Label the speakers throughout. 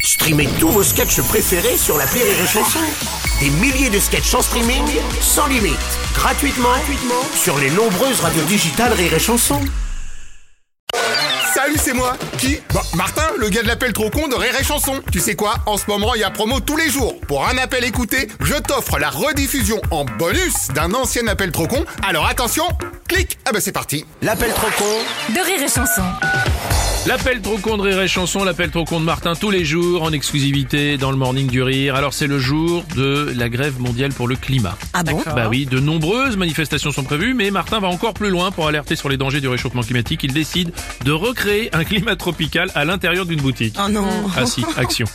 Speaker 1: Streamez tous vos sketchs préférés sur la Rire et Chanson. Des milliers de sketchs en streaming, sans limite, gratuitement, gratuitement sur les nombreuses radios digitales Rire et Chanson.
Speaker 2: Salut, c'est moi. Qui Bah, Martin, le gars de l'appel trop con de Rire et Chanson. Tu sais quoi En ce moment, il y a promo tous les jours. Pour un appel écouté, je t'offre la rediffusion en bonus d'un ancien appel trop con. Alors attention, clique. Ah bah c'est parti.
Speaker 1: L'appel trop con
Speaker 3: de rire et chanson.
Speaker 4: L'appel trop con de Rire et Chanson, l'appel trop con de Martin tous les jours en exclusivité dans le Morning du Rire. Alors c'est le jour de la grève mondiale pour le climat.
Speaker 3: Ah bon
Speaker 4: Bah oui, de nombreuses manifestations sont prévues, mais Martin va encore plus loin pour alerter sur les dangers du réchauffement climatique. Il décide de recréer un climat tropical à l'intérieur d'une boutique.
Speaker 3: Oh non.
Speaker 4: Ah si, action.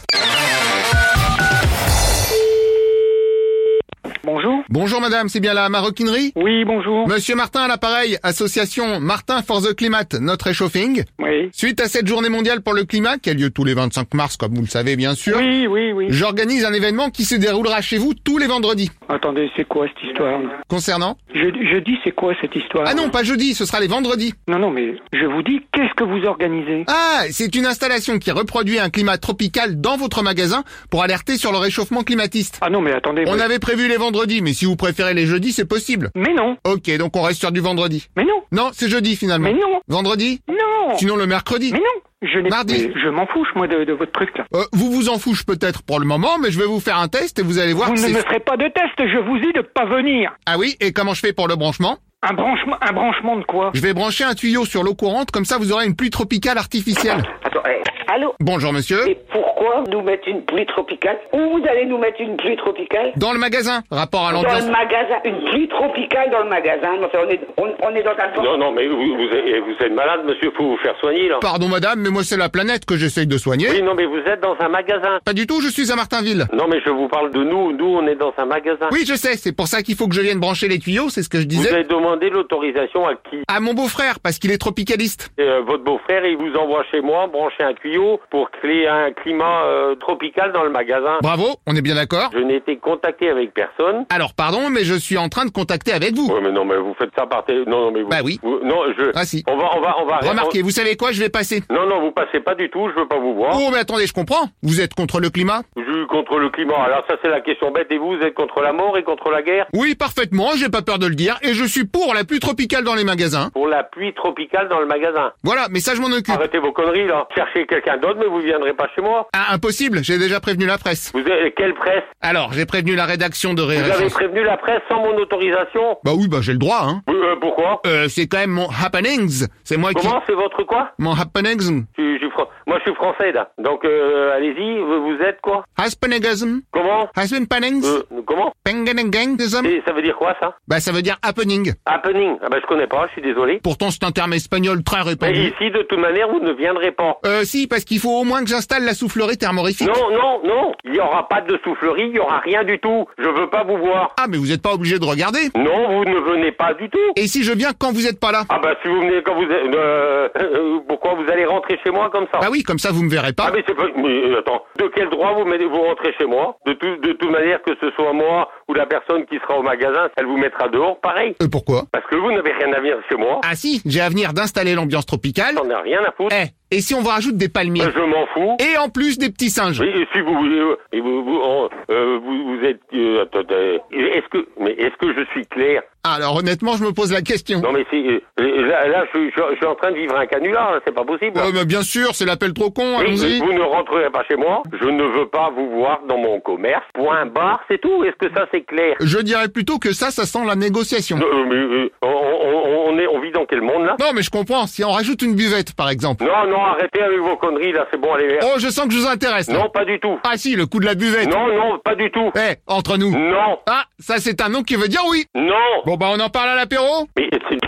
Speaker 5: Bonjour.
Speaker 2: Bonjour madame, c'est bien la maroquinerie
Speaker 5: Oui, bonjour.
Speaker 2: Monsieur Martin à l'appareil, association Martin for the Climate, notre réchauffing.
Speaker 5: Oui.
Speaker 2: Suite à cette journée mondiale pour le climat, qui a lieu tous les 25 mars, comme vous le savez bien sûr,
Speaker 5: Oui, oui, oui.
Speaker 2: j'organise un événement qui se déroulera chez vous tous les vendredis.
Speaker 5: Attendez, c'est quoi cette histoire là
Speaker 2: Concernant
Speaker 5: je, je dis c'est quoi cette histoire
Speaker 2: Ah
Speaker 5: là
Speaker 2: non, pas jeudi, ce sera les vendredis.
Speaker 5: Non, non, mais je vous dis, qu'est-ce que vous organisez
Speaker 2: Ah, c'est une installation qui reproduit un climat tropical dans votre magasin pour alerter sur le réchauffement climatiste.
Speaker 5: Ah non, mais attendez.
Speaker 2: On
Speaker 5: mais-
Speaker 2: avait prévu les vendredis, mais si vous préférez les jeudis, c'est possible.
Speaker 5: Mais non,
Speaker 2: Ok, donc on reste sur du vendredi.
Speaker 5: mais non,
Speaker 2: Non, c'est jeudi finalement.
Speaker 5: mais non,
Speaker 2: Vendredi
Speaker 5: non,
Speaker 2: Sinon le mercredi.
Speaker 5: mais non. Je n'ai
Speaker 2: Mardi.
Speaker 5: mais Je m'en fous, moi, de, de votre truc là.
Speaker 2: Euh, vous vous en fouche peut-être pour le moment, mais je vais vous faire un test et vous allez voir
Speaker 5: Vous
Speaker 2: que
Speaker 5: ne
Speaker 2: Ah, c'est...
Speaker 5: me ferez pas de test, je vous dis de pas venir.
Speaker 2: Ah oui, et comment je fais pour le branchement
Speaker 5: Un branchement, un branchement de quoi
Speaker 2: Je vais brancher un tuyau sur l'eau courante, comme ça vous aurez une pluie tropicale artificielle.
Speaker 6: Attends, eh, allô
Speaker 2: Bonjour monsieur.
Speaker 6: Et pourquoi nous mettre une pluie tropicale Où vous allez nous mettre une pluie tropicale
Speaker 2: Dans le magasin, rapport à
Speaker 6: Dans le
Speaker 2: l'ambiance.
Speaker 6: magasin, une pluie tropicale dans le magasin. Non, enfin, on, est, on, on est dans un...
Speaker 7: Non, non, mais vous, vous êtes, vous êtes malade, monsieur, faut vous faire soigner, là.
Speaker 2: Pardon madame, mais moi c'est la planète que j'essaye de soigner.
Speaker 7: Oui, non, mais vous êtes dans un magasin.
Speaker 2: Pas du tout, je suis à Martinville.
Speaker 7: Non, mais je vous parle de nous, nous, on est dans
Speaker 6: Ah.
Speaker 7: un magasin.
Speaker 2: Oui, je sais, c'est pour ça qu'il faut que je vienne brancher les tuyaux, c'est ce que je
Speaker 7: Vous
Speaker 2: disais.
Speaker 7: avez demandé l'autorisation à qui
Speaker 2: À mon beau-frère, parce qu'il est tropicaliste.
Speaker 7: Euh, Votre beau-frère, il vous envoie chez moi brancher un tuyau pour créer un climat euh, tropical dans le magasin.
Speaker 2: Bravo, on est bien d'accord.
Speaker 7: Je n'ai été contacté avec personne.
Speaker 2: Alors pardon, mais je suis en train de contacter avec vous.
Speaker 7: Oui, mais non, mais vous faites ça par télé. Non, non, mais vous.
Speaker 2: Bah oui.
Speaker 7: vous- non, je.
Speaker 2: Ah, si.
Speaker 7: On va, on va, on va.
Speaker 2: Remarquez, vous savez quoi, je vais passer.
Speaker 7: on- Non, non, vous passez pas du tout. Je veux pas vous voir.
Speaker 2: Oh, mais attendez, je comprends. Vous êtes contre le climat
Speaker 7: Je suis contre le climat. Alors ça, c'est la question bête. Et vous, vous êtes contre la mort et contre la guerre
Speaker 2: Oui, parfaitement, j'ai pas peur de le dire, et je suis pour la pluie tropicale dans les magasins.
Speaker 7: pour la pluie tropicale dans le magasin.
Speaker 2: Voilà, mais ça je m'en occupe.
Speaker 7: Arrêtez vos conneries là. Cherchez quelqu'un d'autre, mais vous viendrez pas chez moi.
Speaker 2: Ah, impossible, j'ai déjà prévenu la presse.
Speaker 7: Vous avez quelle presse
Speaker 2: Alors, j'ai prévenu la rédaction de Rire
Speaker 7: Vous
Speaker 2: et
Speaker 7: avez
Speaker 2: Chanson.
Speaker 7: prévenu la presse sans mon autorisation
Speaker 2: Bah oui, bah j'ai le droit, hein.
Speaker 7: Oui, euh, Pourquoi
Speaker 2: Euh, c'est quand même mon happenings. C'est moi qui...
Speaker 7: Comment c'est votre quoi
Speaker 2: Mon happenings.
Speaker 7: Je- je suis fran- Moi, je suis français là. Donc euh, allez-y. Vous, vous êtes quoi
Speaker 2: Haspenegasm.
Speaker 7: Comment
Speaker 2: Haspenpannings.
Speaker 7: Euh, Comment
Speaker 2: Pengenengengism.
Speaker 7: Et ça veut dire quoi ça
Speaker 2: Bah ça veut dire happening.
Speaker 7: Happening Ah ben je connais pas. Je suis désolé.
Speaker 2: Pourtant c'est un terme espagnol très
Speaker 7: Mais
Speaker 2: répandu.
Speaker 7: ici, de toute manière, vous ne viendrez pas.
Speaker 2: Euh si, parce qu'il faut au moins que j'installe la soufflerie thermorifique.
Speaker 7: Non, non, non. Il y aura pas de soufflerie. Il y aura rien du tout. Je veux pas vous voir.
Speaker 2: Ah mais vous êtes pas obligé de regarder.
Speaker 7: Non, vous ne venez pas du tout.
Speaker 2: Et si je viens quand vous êtes pas là
Speaker 7: Ah bah si vous venez quand vous êtes- euh, euh, pourquoi vous allez rentrer chez moi comme ça
Speaker 2: Bah oui, comme ça vous me verrez
Speaker 7: Ah
Speaker 2: pas.
Speaker 7: mais c'est pas mais, euh, attends de quel droit vous mettez vous rentrez chez moi de tout de toute manière que ce soit moi ou la personne qui sera au magasin elle vous mettra dehors pareil
Speaker 2: Euh, pourquoi
Speaker 7: parce que vous n'avez rien à venir chez moi
Speaker 2: Ah si, j'ai à venir d'installer l'ambiance tropicale.
Speaker 7: j'en ai rien à
Speaker 2: Eh,
Speaker 7: foutre
Speaker 2: et si on vous rajoute des palmiers
Speaker 7: Bah, je m'en fous
Speaker 2: Et en plus des petits singes
Speaker 7: oui, et si vous voulez, euh, et vous, vous, en- euh, vous, vous êtes, euh, attendez, est-ce que, mais est-ce que je suis clair
Speaker 2: Alors honnêtement, je me pose la question.
Speaker 7: Non, mais c'est, euh, là, là, je, je- je suis en train de vivre un canular, là, c'est pas possible.
Speaker 2: Euh, bah, bien sûr, c'est l'appel trop con,
Speaker 7: Oui,
Speaker 2: allons-y.
Speaker 7: vous ne rentrerez pas chez moi. Je ne veux pas vous voir dans mon commerce. Point barre, c'est tout. Est-ce que ça c'est clair
Speaker 2: Je dirais plutôt que ça, ça sent la négociation.
Speaker 7: Non, mais, euh, on, on- on est, on vit dans quel monde là
Speaker 2: Non, mais je comprends, si on rajoute une buvette, par exemple.
Speaker 7: Non, non, arrêtez avec vos conneries là. C'est bon, allez vers.
Speaker 2: Oh, je sens que je vous intéresse. là.
Speaker 7: Non, pas du tout.
Speaker 2: Ah si, le coup de la buvette.
Speaker 7: Non, non, pas du tout.
Speaker 2: Eh, entre nous.
Speaker 7: Non,
Speaker 2: Ah, ça c'est un nom qui veut dire oui.
Speaker 7: non.
Speaker 2: Bon bah on en parle à l'apéro.
Speaker 7: Mais c'est-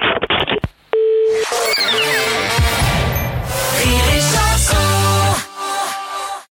Speaker 3: Rire et chanson.